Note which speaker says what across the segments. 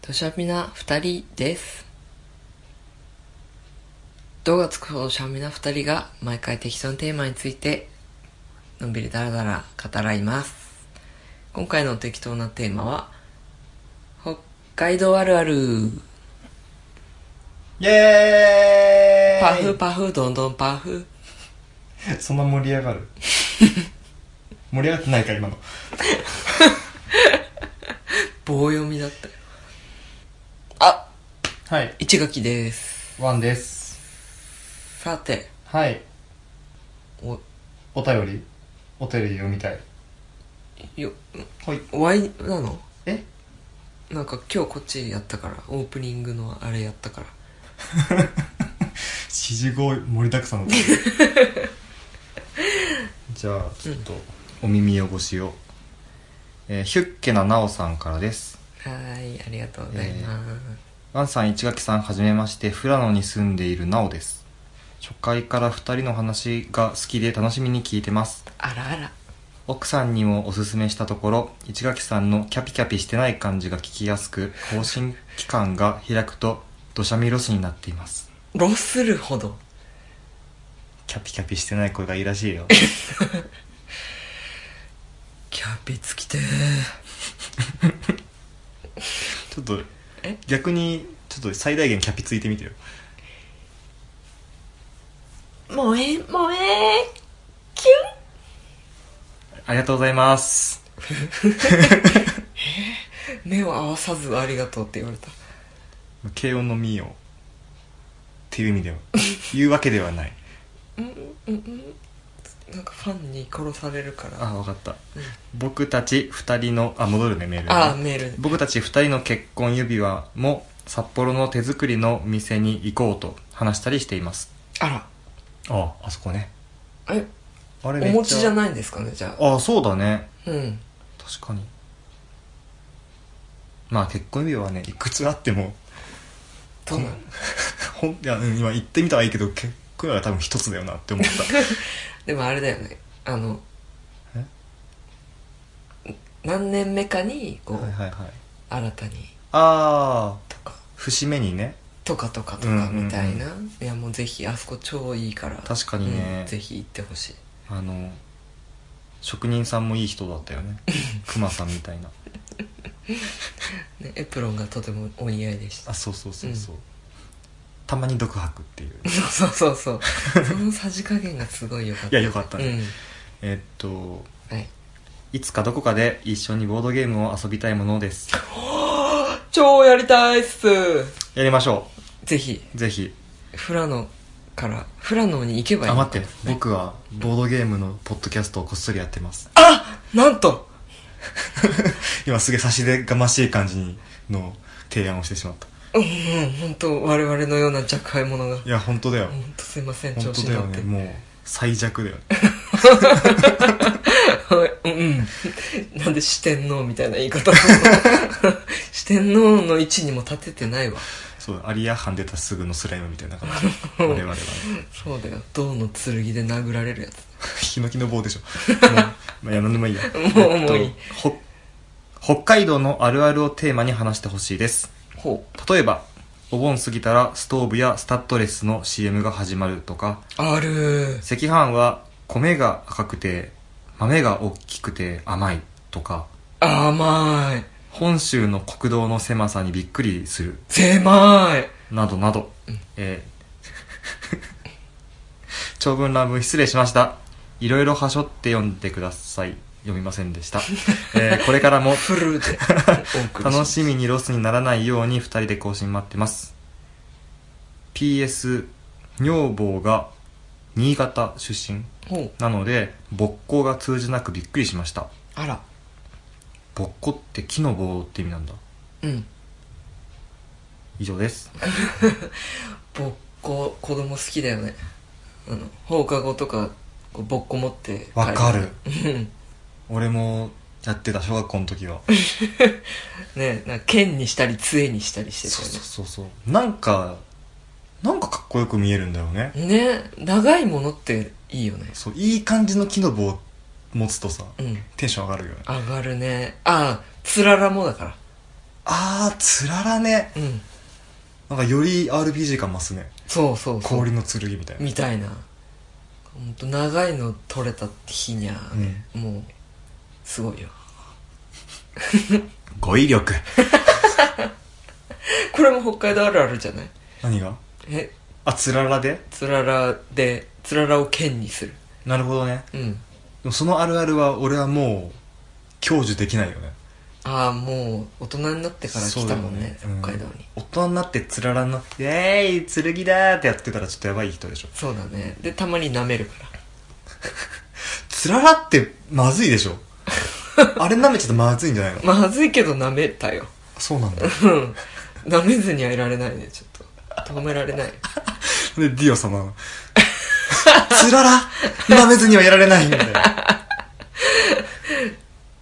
Speaker 1: としゃみな二人です。動画つくとしゃみな二人が毎回適当なテーマについてのんびりだらだら語らいます。今回の適当なテーマは北海道あるある。
Speaker 2: イエーイ
Speaker 1: パフパフどんどんパフ。
Speaker 2: そんな盛り上がる盛り上がってないか今の
Speaker 1: 棒読みだったよ。あ
Speaker 2: はい
Speaker 1: 一垣です。
Speaker 2: ワンです
Speaker 1: さて、
Speaker 2: はい
Speaker 1: お、
Speaker 2: お便りお便り読みたい
Speaker 1: よ、
Speaker 2: はい
Speaker 1: お会いなの
Speaker 2: え
Speaker 1: なんか今日こっちやったから、オープニングのあれやったから。
Speaker 2: 四時五盛りだくさんのじゃあちょっとお耳汚しを、えーヒュッケななおさんからです
Speaker 1: はーい、ありがとうございます。
Speaker 2: ワンさん、市垣さん、はじめまして、富良野に住んでいるなおです。初回から二人の話が好きで楽しみに聞いてます。
Speaker 1: あらあら。
Speaker 2: 奥さんにもおすすめしたところ、市垣さんのキャピキャピしてない感じが聞きやすく、更新期間が開くと、土砂見ロスになっています。
Speaker 1: ロスるほど。
Speaker 2: キャピキャピしてない声がいいらしい よ。
Speaker 1: キャピつきて
Speaker 2: ちょっと
Speaker 1: え、
Speaker 2: 逆に、ちょっと最大限キャピついてみてよ。
Speaker 1: ー。萌え、萌えキ
Speaker 2: ありがとうございます。
Speaker 1: ュン目を合わさずありがとうって言われた。
Speaker 2: 軽音のみよ。っていう意味で は、言うわけではない。
Speaker 1: なんかファンに殺されるから。
Speaker 2: あ分かった、僕たち2人のあ戻るねメール
Speaker 1: あー、メール。
Speaker 2: 僕たち2人の結婚指輪も札幌の手作りの店に行こうと話したりしています
Speaker 1: あ
Speaker 2: ああそこね
Speaker 1: ら。え、
Speaker 2: あれ
Speaker 1: お餅じゃ
Speaker 2: い
Speaker 1: ないんですかね、じゃあ。
Speaker 2: あそうだね
Speaker 1: うん。
Speaker 2: 確かにまあ結婚指輪はねいくつあっても
Speaker 1: どうなの
Speaker 2: ほんいやうん今行ってみたはいいけど結婚指輪は多分一つだよなって思った
Speaker 1: でもあれだよねあの
Speaker 2: え
Speaker 1: 何年目かにこう、
Speaker 2: はいはいはい
Speaker 1: 新たに
Speaker 2: ああ
Speaker 1: とか
Speaker 2: 節目にね
Speaker 1: とかとかと
Speaker 2: うん
Speaker 1: か
Speaker 2: うんうん
Speaker 1: みたいな、いやもうぜひあそこ超いいから
Speaker 2: 確かにね
Speaker 1: うんぜひ行ってほしい
Speaker 2: あの職人さんもいい人だったよ ねクマさんみたいな
Speaker 1: ねエプロンがとてもお似合いでした
Speaker 2: あそうそうそうそう、たまに独白っていう
Speaker 1: そうそうそうそう そのさじ加減がすごいよかっ
Speaker 2: い
Speaker 1: た
Speaker 2: やよかった
Speaker 1: う
Speaker 2: ね、えっと
Speaker 1: んはい
Speaker 2: いつかどこかで一緒にボードゲームを遊びたいものです
Speaker 1: 超やりたいっす
Speaker 2: やりましょ
Speaker 1: ぜひ
Speaker 2: うぜひ
Speaker 1: 富良野から富良野に行けばいい
Speaker 2: あ
Speaker 1: のか
Speaker 2: 待って僕はボードゲームのポッドキャストをこっそりやってます
Speaker 1: あなんと
Speaker 2: 今すげえ差し出がましい感じにの提案をしてしまった
Speaker 1: うんうん本当我々のような若輩者が
Speaker 2: いや本当だよ
Speaker 1: 本当すいません調
Speaker 2: 本当
Speaker 1: 子に
Speaker 2: だよ
Speaker 1: 乗って
Speaker 2: ねもう最弱だよね
Speaker 1: はいうんうんなんで四天王みたいな言い方を 四天王の位置にも立ててないわ
Speaker 2: そうアリアハン出たすぐのスライムみたいな感 じ我々はね
Speaker 1: そうだよ銅の剣で殴られるやつ
Speaker 2: ヒノキの棒でしょ。 もうまあ、いや、なんでもいいや。
Speaker 1: もう
Speaker 2: えっ
Speaker 1: も
Speaker 2: と
Speaker 1: ういい
Speaker 2: ほ北海道のあるあるをテーマに話してほしいです。
Speaker 1: ほう
Speaker 2: 例えば、お盆過ぎたらストーブやスタッドレスの CM が始まるとか、
Speaker 1: ある
Speaker 2: 赤飯は米が赤くて、豆が大きくて甘いとか、
Speaker 1: 甘い
Speaker 2: 本州の国道の狭さにびっくりする、
Speaker 1: 狭い
Speaker 2: などなど、えー 長文乱文失礼しました。いろいろはしょって読んでください。読みませんでした。えーこれからも
Speaker 1: フルでお送り
Speaker 2: 楽しみにロスにならないように2人で更新待ってます。PS、女房が新潟出身
Speaker 1: ほう
Speaker 2: なので、勃興が通じなくびっくりしました。
Speaker 1: あら
Speaker 2: 勃興って木の棒って意味なんだ。
Speaker 1: うん
Speaker 2: 以上です。
Speaker 1: ぼっこ子供好きだよねあの放課後とかこうぼっこ持って帰る
Speaker 2: わかる。
Speaker 1: うん
Speaker 2: 俺もやってた小学校の時は。
Speaker 1: ねなんか剣にしたり杖にしたりしてた
Speaker 2: そう
Speaker 1: よね
Speaker 2: そうそうそうなんかなんかかっこよく見えるんだよね、
Speaker 1: ね長いものっていいよね
Speaker 2: そういい感じの木の棒持つとさ
Speaker 1: うん
Speaker 2: テンション上がるよね
Speaker 1: 上がるねああつららもだから
Speaker 2: あーつららね
Speaker 1: うん
Speaker 2: なんかより RPG 感増すね
Speaker 1: そうそうそう
Speaker 2: 氷の剣みたいな
Speaker 1: みたいなほんと長いの取れた日にゃ、もうすごいよ
Speaker 2: 語彙力
Speaker 1: これも北海道あるあるじゃない
Speaker 2: 何が
Speaker 1: え
Speaker 2: あつららで
Speaker 1: つららでつららを剣にする
Speaker 2: なるほどね
Speaker 1: うん
Speaker 2: でもそのあるあるは俺はもう享受できないよね
Speaker 1: ああもう大人になってから来たもんね
Speaker 2: そうだよ
Speaker 1: 北海道に、
Speaker 2: うん大人になってつららの「イエーイ剣だ!」ってやってたらちょっとやばい人でしょ
Speaker 1: そうだねでたまに舐めるから
Speaker 2: つららってまずいでし ょあれ舐めちゃってまずいんじゃないの
Speaker 1: まずいけど舐めたよ
Speaker 2: そうなんだ
Speaker 1: うん舐めずにはいられないねちょっと止められない
Speaker 2: でディオ様つらら舐めずにはやられないんだよ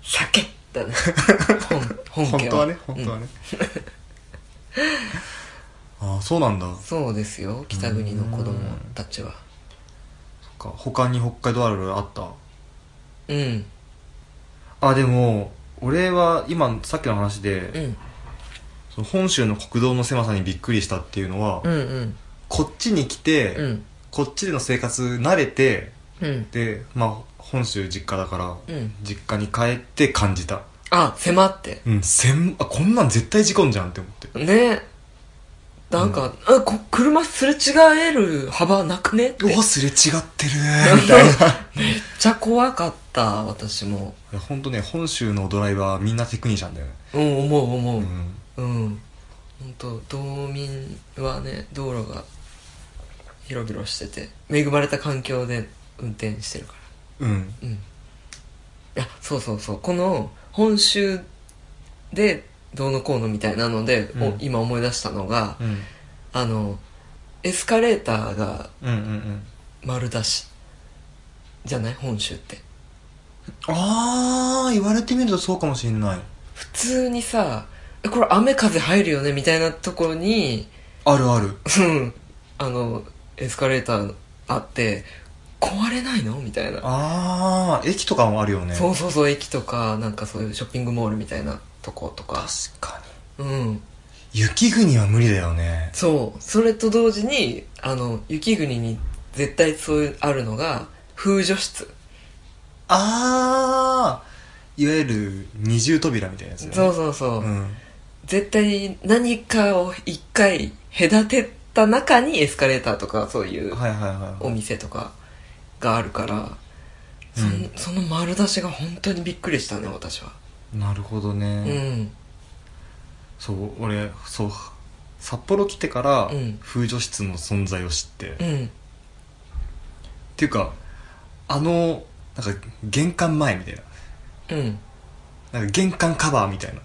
Speaker 1: 酒だ ね本本
Speaker 2: 本
Speaker 1: 家
Speaker 2: 当はね本当
Speaker 1: う
Speaker 2: は
Speaker 1: ん
Speaker 2: ね、ああそうなんだ
Speaker 1: そうですよ北国の子供たちは
Speaker 2: そっか他に北海道あるあるあった
Speaker 1: うん
Speaker 2: あでも俺は今さっきの話で、
Speaker 1: うん
Speaker 2: その本州の国道の狭さにびっくりしたっていうのは、
Speaker 1: うんうん
Speaker 2: こっちに来て、
Speaker 1: うん
Speaker 2: こっちでの生活慣れて
Speaker 1: うん
Speaker 2: でまあ本州実家だか
Speaker 1: う
Speaker 2: ら、
Speaker 1: ん
Speaker 2: 実家に帰って感じた
Speaker 1: あ迫って
Speaker 2: うんせんあこんなん絶対事故んじゃんって思って
Speaker 1: ねなんか、あこ車すれ違える幅なくねって
Speaker 2: う
Speaker 1: め
Speaker 2: わ
Speaker 1: っ
Speaker 2: すれ違ってるーみたいない
Speaker 1: ちゃ怖かった私も
Speaker 2: やほんとね本州のドライバーみんなテクニシャンだよね
Speaker 1: うん思う思
Speaker 2: う
Speaker 1: うんうん本当道民はね道路が広々してて恵まれた環境で運転してるか
Speaker 2: うん
Speaker 1: らうんいやそうそうそうこの本州でどうのこうのみたいなので、
Speaker 2: うん
Speaker 1: お今思い出したのが
Speaker 2: うん
Speaker 1: あのエスカレーターが
Speaker 2: うんうんうん
Speaker 1: 丸出しじゃない本州って
Speaker 2: あー言われてみるとそうかもしんない
Speaker 1: 普通にさえこれ雨風入るよねみたいなところに
Speaker 2: あるある
Speaker 1: うんあのエスカレーターあって壊れないのみたいな、
Speaker 2: あー駅とかもあるよね
Speaker 1: そうそうそう駅とかなんかそういうショッピングモールみたいなとことか
Speaker 2: 確かに
Speaker 1: うん
Speaker 2: 雪国は無理だよね
Speaker 1: そうそれと同時にあの雪国に絶対そういうあるのが風除室
Speaker 2: あーいわゆる二重扉みたいなやつね
Speaker 1: そうそうそう、
Speaker 2: うん
Speaker 1: 絶対何かを一回隔てた中にエスカレーターとかそういう
Speaker 2: はいはいはい
Speaker 1: お
Speaker 2: はい
Speaker 1: 店とかがあるから、そ
Speaker 2: うん
Speaker 1: その丸出しが本当にびっくりしたね私は
Speaker 2: なるほど
Speaker 1: う
Speaker 2: ね、
Speaker 1: ん
Speaker 2: そう俺そう札幌来てから
Speaker 1: うん
Speaker 2: 風除室の存在を知って、
Speaker 1: う
Speaker 2: っ
Speaker 1: ん
Speaker 2: ていうかあのなんか玄関前みたいな
Speaker 1: うん
Speaker 2: なんか玄関カバーみた いな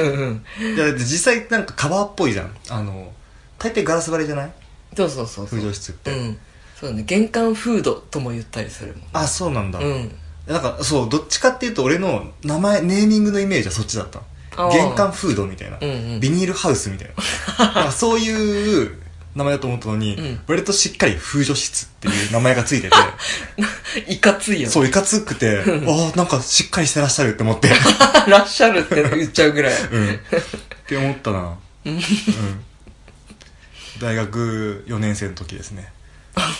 Speaker 1: うんうん
Speaker 2: いやだって実際なんかカバーっぽいじゃんあの大抵ガラス張りじゃない
Speaker 1: そうそうそうそう
Speaker 2: 風除室って、
Speaker 1: うんそうだね玄関フードとも言ったりするもんね
Speaker 2: あそうなんだ、
Speaker 1: うん
Speaker 2: なんかそうどっちかっていうと俺の名前ネーミングのイメージはそっちだった
Speaker 1: あー
Speaker 2: 玄関フードみたいな、
Speaker 1: うんうん
Speaker 2: ビニールハウスみたい ななんかそういう名前だと思ったのに、
Speaker 1: うん
Speaker 2: 割としっかり風除室っていう名前がつい てて
Speaker 1: いかついよね
Speaker 2: そういかつくてああなんかしっかりしてらっしゃるって思っ て
Speaker 1: らっしゃるって言っちゃうぐらい
Speaker 2: うんって思ったな、うん、大学4年生の時ですね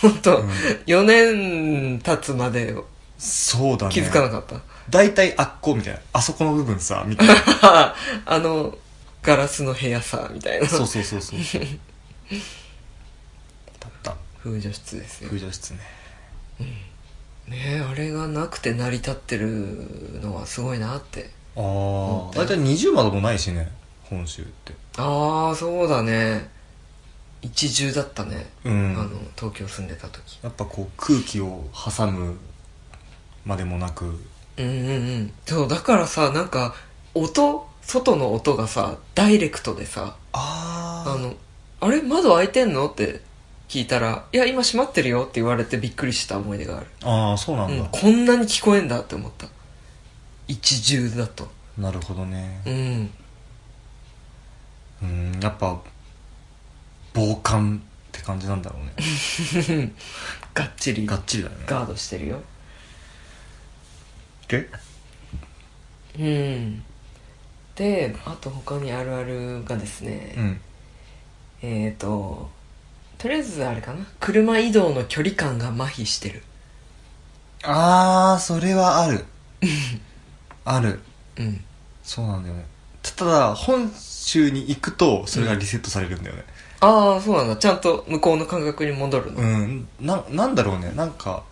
Speaker 1: 本当、
Speaker 2: うん
Speaker 1: 4年経つまで
Speaker 2: そうだね
Speaker 1: 気づかなかった、
Speaker 2: 大体あっこみたいなあそこの部分さみたいな
Speaker 1: あのガラスの部屋さみたいな
Speaker 2: そうそうそうそうそうだった
Speaker 1: 風除室ですよ
Speaker 2: 風除室ね
Speaker 1: ねえあれがなくて成り立ってるのはすごいなって
Speaker 2: ああ大体20窓もないしね本州って
Speaker 1: ああそうだね一重だったね、
Speaker 2: う
Speaker 1: あの
Speaker 2: ん
Speaker 1: 東京住んでた時
Speaker 2: やっぱこう空気を挟むまでもなく
Speaker 1: うんうんうんそうだからさなんか音外の音がさダイレクトでさ
Speaker 2: あ
Speaker 1: あのあれ窓開いてんのって聞いたら「いや今閉まってるよ」って言われてびっくりした思い出がある、
Speaker 2: ああそうな
Speaker 1: うんん
Speaker 2: だ、、
Speaker 1: こんなに聞こえんだって思った一重だと
Speaker 2: なるほどね
Speaker 1: うん
Speaker 2: うんやっぱ防寒って感じなんだろう ね
Speaker 1: がっちり
Speaker 2: がっちりだよね
Speaker 1: ガードしてるよ
Speaker 2: で
Speaker 1: うんであと他にあるあるがですね、
Speaker 2: うん
Speaker 1: えっ、ー、ととりあえずあれかな車移動の距離感が麻痺してる
Speaker 2: ああそれはある ある
Speaker 1: うん
Speaker 2: そうなんだよねたただ本州に行くとそれがリセットされるんだよね
Speaker 1: ああそうなんだちゃんと向こうの感覚に戻るの、
Speaker 2: うん、ななんだろうねなんか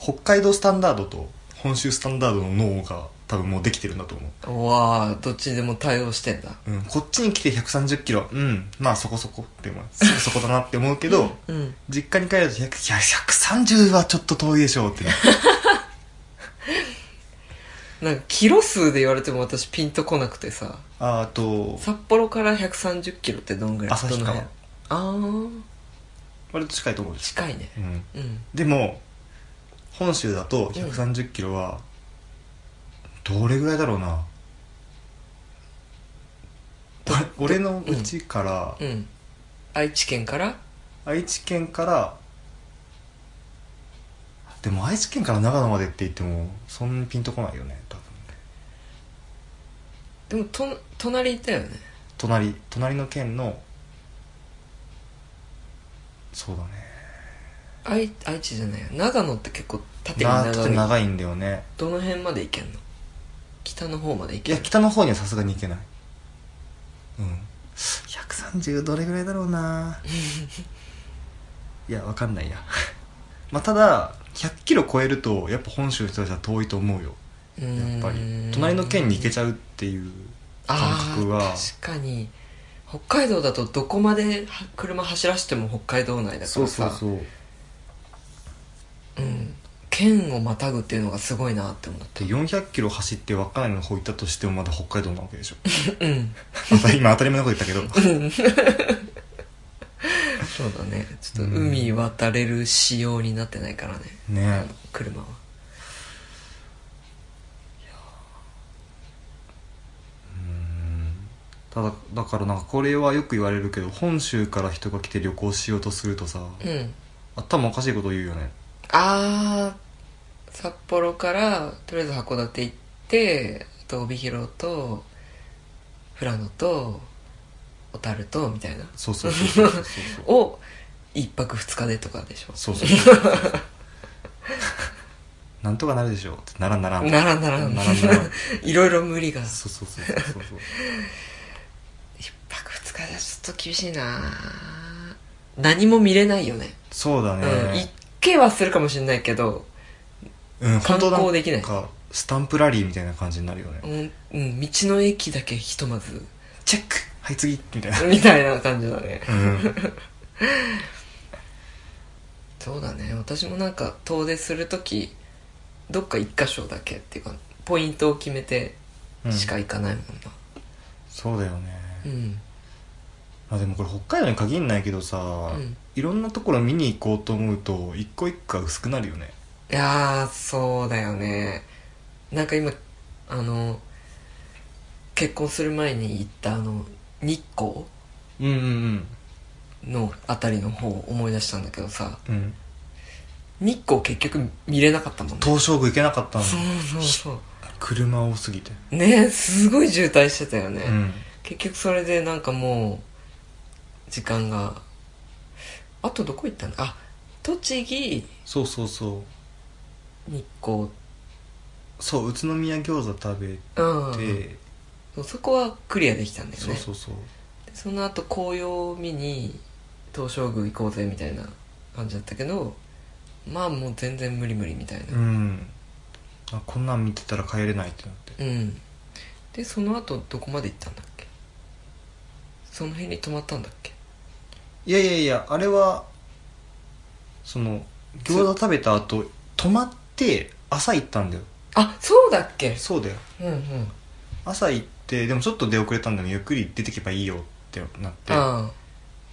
Speaker 2: 北海道スタンダードと本州スタンダードの脳が多分もうできてるんだと思う
Speaker 1: うわあどっちにでも対応してんだ
Speaker 2: うん、こっちに来て130キロうんまあそこそこって思うすぐそこだなって思うけど
Speaker 1: うん
Speaker 2: 実家に帰ると100 130はちょっと遠いでしょう ってなる
Speaker 1: なんかキロ数で言われても私ピンとこなくてさ
Speaker 2: ああと
Speaker 1: 札幌から130キロってどんぐらいど
Speaker 2: 旭
Speaker 1: の
Speaker 2: 川
Speaker 1: 辺あ
Speaker 2: 割と近いと思う
Speaker 1: あ
Speaker 2: です、
Speaker 1: 近いね
Speaker 2: うん、
Speaker 1: うん
Speaker 2: でも本州だと130キロはどれぐらいだろうな、俺俺のうちから、
Speaker 1: うん愛知県から
Speaker 2: 愛知県からでも愛知県から長野までって言ってもそんなにピンとこないよね多分
Speaker 1: でもと隣いたよね
Speaker 2: 隣隣の県のそうだね
Speaker 1: 愛愛知じゃないや長野って結構縦に
Speaker 2: なちょっ
Speaker 1: 長
Speaker 2: と
Speaker 1: い
Speaker 2: 長いんだよね
Speaker 1: どの辺まで行けんの北の方まで行
Speaker 2: い
Speaker 1: け
Speaker 2: や
Speaker 1: んの
Speaker 2: 北の方にはさすがに行けないうん130どれぐらいだろうな いやわかんないや まあただ100キロ超えるとやっぱ本州の人たちは遠いと思うよやっぱり隣の県に行け
Speaker 1: ち
Speaker 2: ちゃうっていう感覚は
Speaker 1: 確かに北海道だとどこまでは車走らせても北海道内だからさ
Speaker 2: そうそうそう
Speaker 1: うん、県をまたぐっていうのがすごいなって思っ
Speaker 2: で400キロ走って稚内の方行ったとしてもまだ北海道なわけでしょ
Speaker 1: たうん
Speaker 2: また今当たり前のこと言ったけ ど
Speaker 1: そうだねちょっと
Speaker 2: うん
Speaker 1: 海渡れる仕様になってないからね
Speaker 2: ね
Speaker 1: 車は
Speaker 2: ただだからなんかこれはよく言われるけど本州から人が来て旅行しようとするとさ、
Speaker 1: うん
Speaker 2: 頭おかしいこと言うよね
Speaker 1: あー札幌からとりあえず函館行ってあと帯広と富良野と小樽とみたいな
Speaker 2: そうそうそうそう
Speaker 1: を1泊2日でとかでしょ
Speaker 2: そうそうそうそうそうなんとかなるでしょってならんならん
Speaker 1: ならんならん
Speaker 2: ならんならん
Speaker 1: いろいろ無理が
Speaker 2: そうそうそうそうそうそう
Speaker 1: 一泊二日じゃちょっと厳しいな何も見れないよね、
Speaker 2: そうだ
Speaker 1: うん行
Speaker 2: ね
Speaker 1: けはするかもしれないけど、
Speaker 2: うん本当
Speaker 1: 観光できない
Speaker 2: なんかスタンプラリーみたいな感じになるよね、
Speaker 1: うんうん、道の駅だけひとまず
Speaker 2: チェックはい次みたい な
Speaker 1: みたいな感じだね
Speaker 2: うん
Speaker 1: そうだね私もなんか遠出する時どっか一箇所だけっていうかポイントを決めて
Speaker 2: うん
Speaker 1: しか行かないもん
Speaker 2: そうだよね、
Speaker 1: なうん
Speaker 2: まあ、でもこれ北海道に限んないけどさ、
Speaker 1: うん
Speaker 2: いろんなところ見に行こうと思うと一個一個が薄くなるよね
Speaker 1: いやーそうだよねなんか今あの結婚する前に行ったあの日光
Speaker 2: うんうん
Speaker 1: のあたりの方を思い出したんだけどさ
Speaker 2: うんうん
Speaker 1: 日光結局見れなかったもんね
Speaker 2: 東照宮行けなかったの
Speaker 1: そうそうそ
Speaker 2: 車多すぎて
Speaker 1: うねえすごい渋滞してたよね、
Speaker 2: うん
Speaker 1: 結局それでなんかもう時間があとどこ行ったのあ栃木
Speaker 2: そうそうそ
Speaker 1: 日光
Speaker 2: うそう宇都宮餃子食べて、
Speaker 1: うんそうそこはクリアできたんだよね
Speaker 2: そうそうそう
Speaker 1: でその後紅葉を見に東照宮行こうぜみたいな感じだったけどまあもう全然無理無理みたいな
Speaker 2: うんあこんなん見てたら帰れないってなって
Speaker 1: うんでその後どこまで行ったんだっけその辺に泊まったんだっけ
Speaker 2: いやいやいやあれはその餃子食べた後泊まって朝行ったんだよ
Speaker 1: あそうだっけ
Speaker 2: そうだよ
Speaker 1: うんうん
Speaker 2: 朝行ってでもちょっと出遅れたんだけどゆっくり出てけばいいよってなって
Speaker 1: あ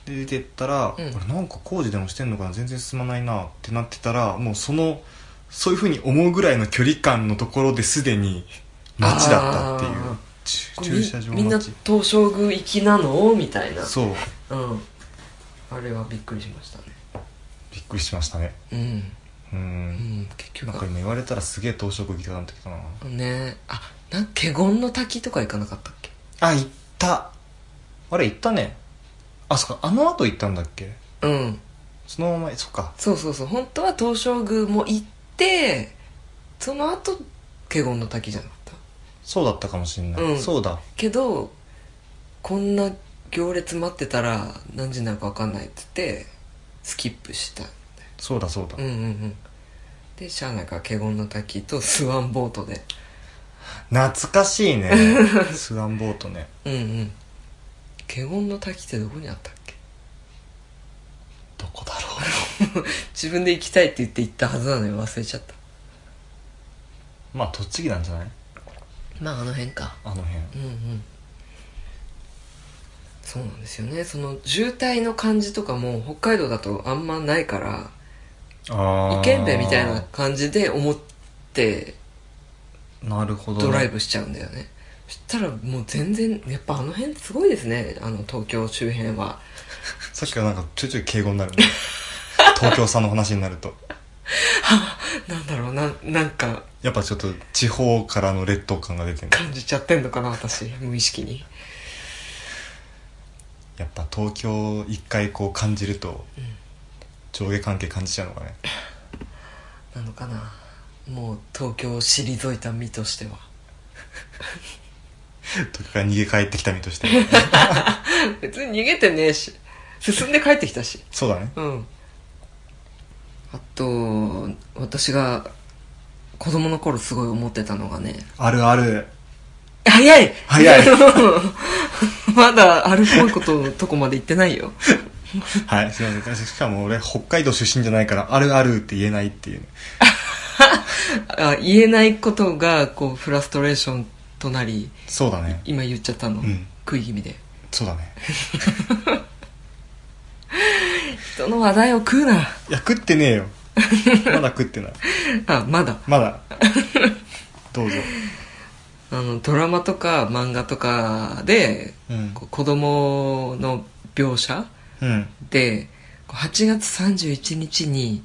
Speaker 2: で出てったら、
Speaker 1: うん
Speaker 2: あれなんか工事でもしてんのかな全然進まないなってなってたらもうそのそういうふうに思うぐらいの距離感のところですでに街だったっていう
Speaker 1: あー
Speaker 2: 駐
Speaker 1: あ
Speaker 2: 駐車場
Speaker 1: みみんな
Speaker 2: 街
Speaker 1: 東照宮行きなのみたいな
Speaker 2: そう
Speaker 1: う、ん、あれはびっくりしましたね
Speaker 2: びっくりしましたね
Speaker 1: うん、
Speaker 2: う
Speaker 1: うんん、結
Speaker 2: なんか
Speaker 1: 局
Speaker 2: 今言われたらすげえ東照宮行きたくなってきたな
Speaker 1: ねあなんか華厳の滝とか行かなかったっけ
Speaker 2: あ行ったあれ行ったねあそっかあの後行ったんだっけ
Speaker 1: うん
Speaker 2: そのままそっか
Speaker 1: そうそうそう本当は東照宮も行ってその後華厳の滝じゃなかった
Speaker 2: そうだったかもしんない、
Speaker 1: うん
Speaker 2: そうだ
Speaker 1: けどこんな行列待ってたら何時になるか分かんないって言ってスキップした
Speaker 2: そうだそうだ、
Speaker 1: うんうんうんでしゃあないから華厳の滝とスワンボートで
Speaker 2: 懐かし いねスワンボートね
Speaker 1: うんうん華厳の滝ってどこにあったっけ
Speaker 2: どこだろ
Speaker 1: 自分で行きたいって言って行ったはずなのに忘れちゃった
Speaker 2: うまあ栃木なんじゃない
Speaker 1: まああの辺か
Speaker 2: あの辺
Speaker 1: うんうんそうなんですよねその渋滞の感じとかも北海道だとあんまないから
Speaker 2: あ
Speaker 1: イケンベみたいな感じで思って
Speaker 2: なるほどね、
Speaker 1: ドライブしちゃうんだよねそしたらもう全然やっぱあの辺すごいですねあの東京周辺は
Speaker 2: さっきからなんかちょいちょい敬語にな るね東京さんの話になると
Speaker 1: なんだろうななんか
Speaker 2: やっぱちょっと地方からの劣等感が出てる
Speaker 1: 感じちゃってんのかな私無意識に
Speaker 2: やっぱ東京一回こう感じると上下関係感じちゃうのかね
Speaker 1: なのかなもう東京を退いた身としては
Speaker 2: 東京から逃げ帰ってきた身として
Speaker 1: 別に逃げてねえし進んで帰ってきたし
Speaker 2: そうだね
Speaker 1: うんあと私が子供の頃すごい思ってたのがね
Speaker 2: あるある
Speaker 1: 早い
Speaker 2: 早い
Speaker 1: まだあるっぽいことのとこまで行ってないよ
Speaker 2: はいすいませんしかも俺北海道出身じゃないからあるあるって言えないっていうね
Speaker 1: あ言えないことがこうフラストレーションとなり
Speaker 2: そうだね
Speaker 1: 今言っちゃったの、
Speaker 2: うん
Speaker 1: 食い気味で
Speaker 2: そうだね
Speaker 1: 人の話題を食うない
Speaker 2: や食ってねえ よまだ食ってない
Speaker 1: あまだ
Speaker 2: まだどうぞ
Speaker 1: あのドラマとか漫画とかで、
Speaker 2: うん
Speaker 1: こう子供の描写
Speaker 2: うん
Speaker 1: でこう8月31日に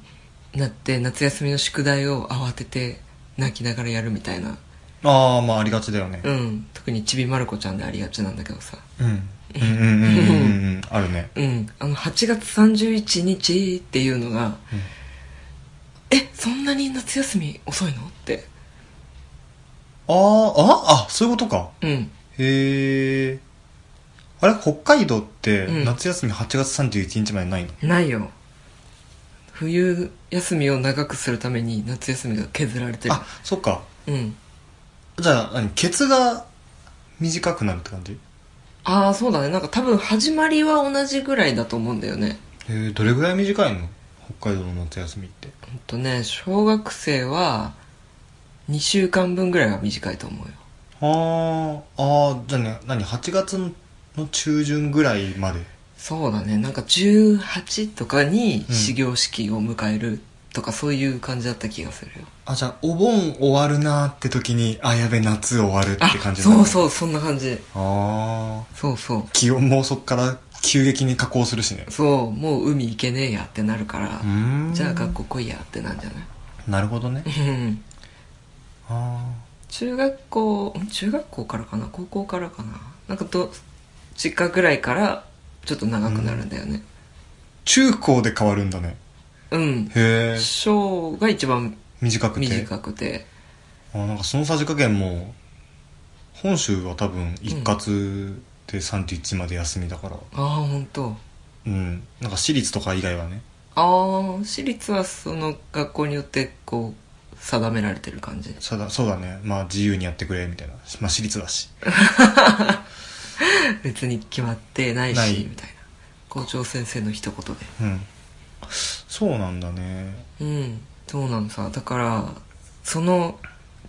Speaker 1: なって夏休みの宿題を慌てて泣きながらやるみたいな、
Speaker 2: ああまあありがちだよね
Speaker 1: うん、特にちびまる子ちゃんでありがちなんだけどさ
Speaker 2: うんうんうんうんうんうんあるね
Speaker 1: うん、あの8月31日っていうのが、えそんなに夏休み遅いのって
Speaker 2: あーああそういうことか
Speaker 1: うん
Speaker 2: へえあれ北海道って
Speaker 1: うん
Speaker 2: 夏休み8月31日までないの、
Speaker 1: ないよ冬休みを長くするために夏休みが削られてる
Speaker 2: あそっか
Speaker 1: うん
Speaker 2: じゃあ何ケツが短くなるって感じへ
Speaker 1: ああそうだねなんか多分始まりは同じぐらいだと思うんだよね
Speaker 2: えどれぐらい短いの北海道の夏休みって
Speaker 1: ほんとね小学生は2週間分ぐらいは短いと思うよ
Speaker 2: はああじゃあね何8月の中旬ぐらいまで
Speaker 1: そうだねなんか18とかに始業式を迎えるとか、そういう感じだった気がするよ
Speaker 2: あじゃあお盆終わるなーって時にあやべ夏終わるって感じ
Speaker 1: あそう
Speaker 2: う
Speaker 1: そうそんな感じ
Speaker 2: ああ
Speaker 1: そうそう
Speaker 2: 気温もそっから急激に下降するしね
Speaker 1: そうもう海行けねえやってなるから
Speaker 2: うーん
Speaker 1: じゃあ学校来いやってなんじゃない
Speaker 2: なるほど ね
Speaker 1: うん
Speaker 2: あ
Speaker 1: 中学校ん中学校からかな高校からかななんかど実家ぐらいからちょっと長くなるんだよね
Speaker 2: ー中高で変わるんだね
Speaker 1: うん、
Speaker 2: へえ
Speaker 1: 小が一番
Speaker 2: 短くて
Speaker 1: 短くて
Speaker 2: あなんかそのさじ加減も本州は多分一括で31まで休みだから
Speaker 1: ああ本当。
Speaker 2: うん、なんか私立とか以外はね
Speaker 1: ああ私立はその学校によってこう定められてる感じ
Speaker 2: そうだそうだねまあ自由にやってくれみたいなまあ私立だし
Speaker 1: 別に決まってないし
Speaker 2: ない
Speaker 1: みたいな校長先生の一言で
Speaker 2: うんそうなんだね
Speaker 1: うんそうなのさだからその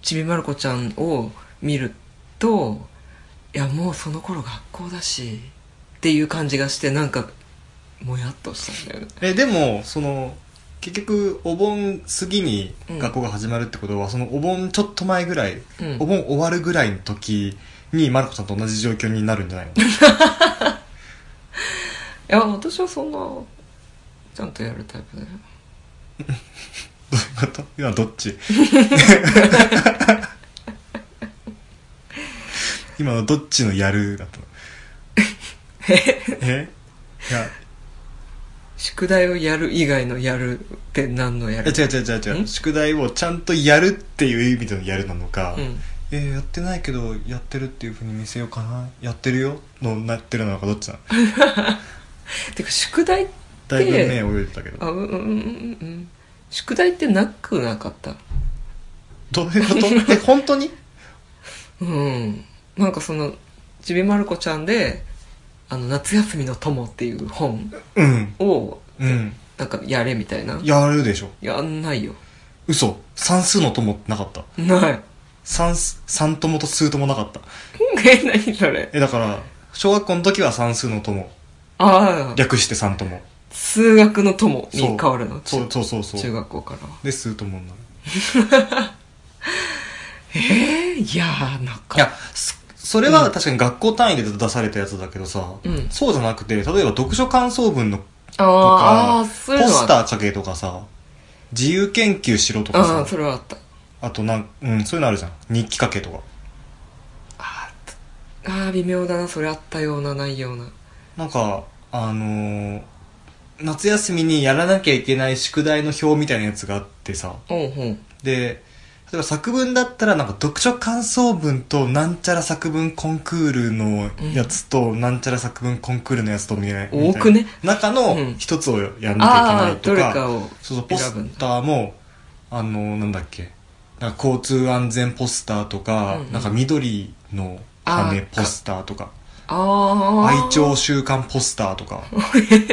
Speaker 1: ちびまる子ちゃんを見るといやもうその頃学校だしっていう感じがしてなんかもやっとしたんだよね
Speaker 2: えでもその結局お盆過ぎに学校が始まるってことは、そのお盆ちょっと前ぐらい、
Speaker 1: うん
Speaker 2: お盆終わるぐらいの時にまる子ちゃんと同じ状況になるんじゃないの
Speaker 1: いや私はそんなちゃんとやるタイプだよ
Speaker 2: どういうこと 今どっち今のどっちのやるだったのえいや
Speaker 1: 宿題をやる以外のやるって何のやる
Speaker 2: いや違う違う違う違うん宿題をちゃんとやるっていう意味でのやるなのか、
Speaker 1: うん
Speaker 2: えーやってないけどやってるっていうふうに見せようかなやってるよのなってるのかどっちなの
Speaker 1: てか宿題って
Speaker 2: だいぶね泳いでたけど
Speaker 1: あうんうんうんうんうん宿題ってなくなかった
Speaker 2: どういう ことえ本当に
Speaker 1: うんなんかそのちびまる子ちゃんで「あの夏休みの友」っていう本
Speaker 2: うん
Speaker 1: を
Speaker 2: うん
Speaker 1: なんかやれみたいな
Speaker 2: やるでしょ
Speaker 1: やんないよ
Speaker 2: 嘘算数の友ってなかった
Speaker 1: ない
Speaker 2: 算数算友と数友なかった
Speaker 1: え何それ
Speaker 2: えだから小学校の時は算数の友
Speaker 1: ああ
Speaker 2: 略して三友
Speaker 1: 数学の友に
Speaker 2: そう
Speaker 1: 変わるの
Speaker 2: そうそうそうそ
Speaker 1: 中
Speaker 2: う
Speaker 1: 学校からは
Speaker 2: で数友になる
Speaker 1: えー、いやーなん
Speaker 2: いや
Speaker 1: か
Speaker 2: そそれは確かに学校単位で出されたやつだけどさ、
Speaker 1: うん
Speaker 2: そうじゃなくて例えば読書感想文のと
Speaker 1: あーあ
Speaker 2: か
Speaker 1: ーそういう
Speaker 2: ポ
Speaker 1: のは
Speaker 2: スター書けとかさ自由研究しろとか
Speaker 1: ああ
Speaker 2: さ
Speaker 1: ーそれはあった
Speaker 2: あとなん、うん、そういうのあるじゃん日記書けとか
Speaker 1: あーあー微妙だなそれあったようなないような
Speaker 2: なんかあのー夏休みにやらなきゃいけない宿題の表みたいなやつがあってさ
Speaker 1: うんうん
Speaker 2: で例えば作文だったらなんか読書感想文となんちゃら作文コンクールのやつとなんちゃら作文コンクールのやつとみたいな
Speaker 1: 多くね
Speaker 2: 中の
Speaker 1: うん
Speaker 2: 一つをやんなきゃいけな
Speaker 1: ああ
Speaker 2: い
Speaker 1: ー
Speaker 2: と
Speaker 1: どれ
Speaker 2: か,、
Speaker 1: かを
Speaker 2: そうそうポ
Speaker 1: 選ぶん
Speaker 2: ス
Speaker 1: だ
Speaker 2: ターもあのなんだっけなんか交通安全ポスターとか、
Speaker 1: うんうん
Speaker 2: なんか緑の羽ポスターとか
Speaker 1: ああ
Speaker 2: 愛鳥週間ポスターと かま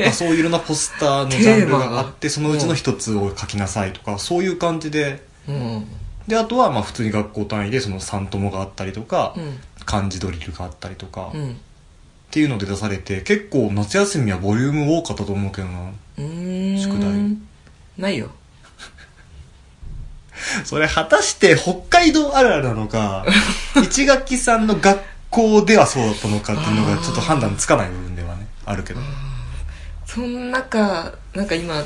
Speaker 2: あそういういろんなポスターのジャンルがあって
Speaker 1: テーマが
Speaker 2: そのうちの一つを書きなさいとかそういう感じで
Speaker 1: うん
Speaker 2: であとはまあ普通に学校単位でその三友があったりとか、
Speaker 1: うん
Speaker 2: 漢字ドリルがあったりとか、
Speaker 1: う
Speaker 2: っ
Speaker 1: ん
Speaker 2: ていうので出されて結構夏休みはボリューム多かったと思うけどな
Speaker 1: うーん
Speaker 2: 宿題
Speaker 1: ないよ
Speaker 2: それ果たして北海道あるあるな のか一学期さんの学校ではそうだったのかっていうのがちょっと判断つかない部分ではねあるけど
Speaker 1: その中なんか今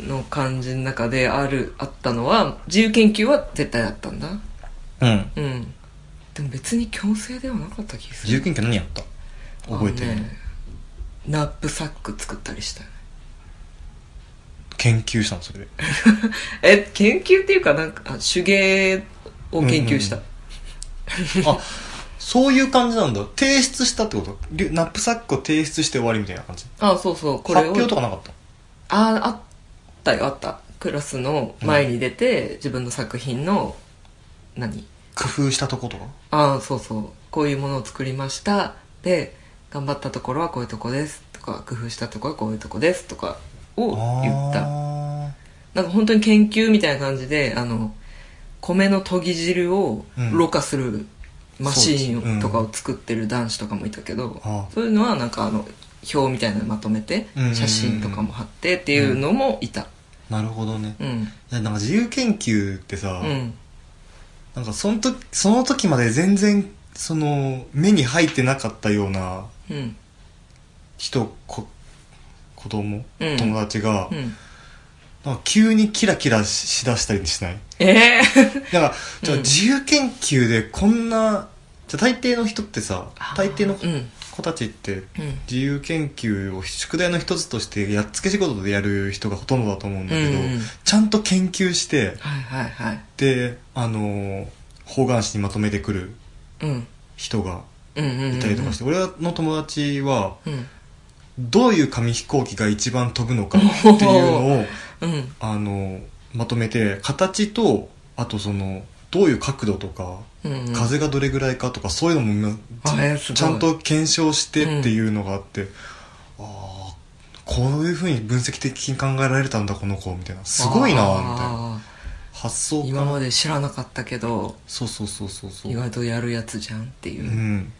Speaker 1: の感じの中であるあったのは自由研究は絶対あったんだ
Speaker 2: うん
Speaker 1: うんでも別に強制ではなかった気がす
Speaker 2: 自由
Speaker 1: る
Speaker 2: 研究何やった覚えてる、
Speaker 1: あのねナップサック作ったりしたよね
Speaker 2: 研究したのそれで
Speaker 1: え研究っていうかなんかあ手芸を研究した、
Speaker 2: うんあそういう感じなんだ提出したってことリュナップサックを提出して終わりみたいな感じ
Speaker 1: あそうそうこれ
Speaker 2: 発
Speaker 1: を
Speaker 2: 表とかなかった
Speaker 1: ああったよあったクラスの前に出て、自分の作品の何
Speaker 2: 工夫したとことか
Speaker 1: ああそうそうこういうものを作りましたで頑張ったところはこういうとこですとか工夫したところはこういうとこですとかを言った
Speaker 2: あ
Speaker 1: なんか本当に研究みたいな感じであの米の研ぎ汁を
Speaker 2: うん
Speaker 1: ろ過するマシ
Speaker 2: そうで
Speaker 1: ー
Speaker 2: すうん
Speaker 1: ンとかを作ってる男子とかもいたけど、
Speaker 2: あ
Speaker 1: そういうのはなんかあの表みたいなのまとめて
Speaker 2: うんうんうん
Speaker 1: 写真とかも貼ってっていうのもいた
Speaker 2: ーなるほどね
Speaker 1: うん
Speaker 2: いやなんか自由研究ってさ、
Speaker 1: うん
Speaker 2: なんかその時その時まで全然その目に入ってなかったような
Speaker 1: うん
Speaker 2: 人こ子供、
Speaker 1: うん
Speaker 2: 友達が、
Speaker 1: うん
Speaker 2: なんか急にキラキラししだしたりしない
Speaker 1: ええ
Speaker 2: だから、じゃあ
Speaker 1: うん
Speaker 2: 自由研究でこんなじゃあ大抵の人ってさ大抵の
Speaker 1: うんうん
Speaker 2: 子たちって自由研究を宿題の一つとしてやっつけ仕事でやる人がほとんどだと思うんだけど、
Speaker 1: うんうん
Speaker 2: ちゃんと研究して
Speaker 1: はいはいはい
Speaker 2: であのー方眼紙にまとめてくる
Speaker 1: うん
Speaker 2: 人が
Speaker 1: うんうんうん
Speaker 2: いたりとかして、俺の友達は
Speaker 1: うん
Speaker 2: どういう紙飛行機が一番飛ぶのかっていうのを
Speaker 1: うん
Speaker 2: あのーまとめて形とあとそのどういう角度とか、
Speaker 1: うんうん
Speaker 2: 風がどれぐらいかとかそういうのもみん
Speaker 1: あ
Speaker 2: な
Speaker 1: えーす
Speaker 2: ち
Speaker 1: ごい
Speaker 2: ちゃんと検証してっていうのがあって、ああこういうふうに分析的に考えられたんだこの子みたいなすごいな
Speaker 1: あ
Speaker 2: みたいな
Speaker 1: ー
Speaker 2: 発想
Speaker 1: 今ま
Speaker 2: が
Speaker 1: で知らなかったけど
Speaker 2: そうそうそうそうそ
Speaker 1: 意
Speaker 2: う
Speaker 1: 外とやるやつじゃんっていうう、
Speaker 2: ん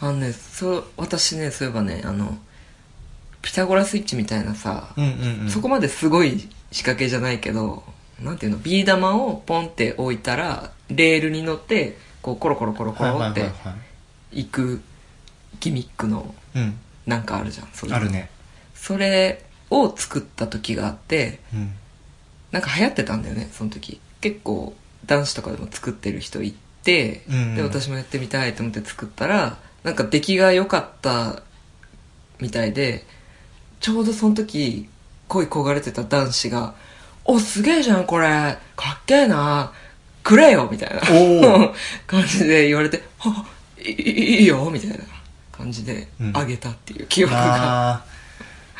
Speaker 1: あのねそう私ねそういえばねあのピタゴラスイッチみたいなさ、
Speaker 2: うんうんうん
Speaker 1: そこまですごい仕掛けじゃないけどなんていうのビー玉をポンって置いたらレールに乗ってこうコロコロコロコ
Speaker 2: はい
Speaker 1: ロ
Speaker 2: はい
Speaker 1: っ
Speaker 2: はい
Speaker 1: て
Speaker 2: はい
Speaker 1: く、ギミックの
Speaker 2: うん
Speaker 1: なんかあるじゃんそういう
Speaker 2: あるね
Speaker 1: それを作った時があって
Speaker 2: うん
Speaker 1: なんか流行ってたんだよねその時結構男子とかでも作ってる人いて、
Speaker 2: うん
Speaker 1: で私もやってみたいと思って作ったらなんか出来が良かったみたいでちょうどその時恋焦がれてた男子が「おすげえじゃんこれかっけえなくれよ」みたいな
Speaker 2: お
Speaker 1: 感じで言われて「あいいいいよ」みたいな感じで
Speaker 2: うん
Speaker 1: あげたっていう記憶が、
Speaker 2: あ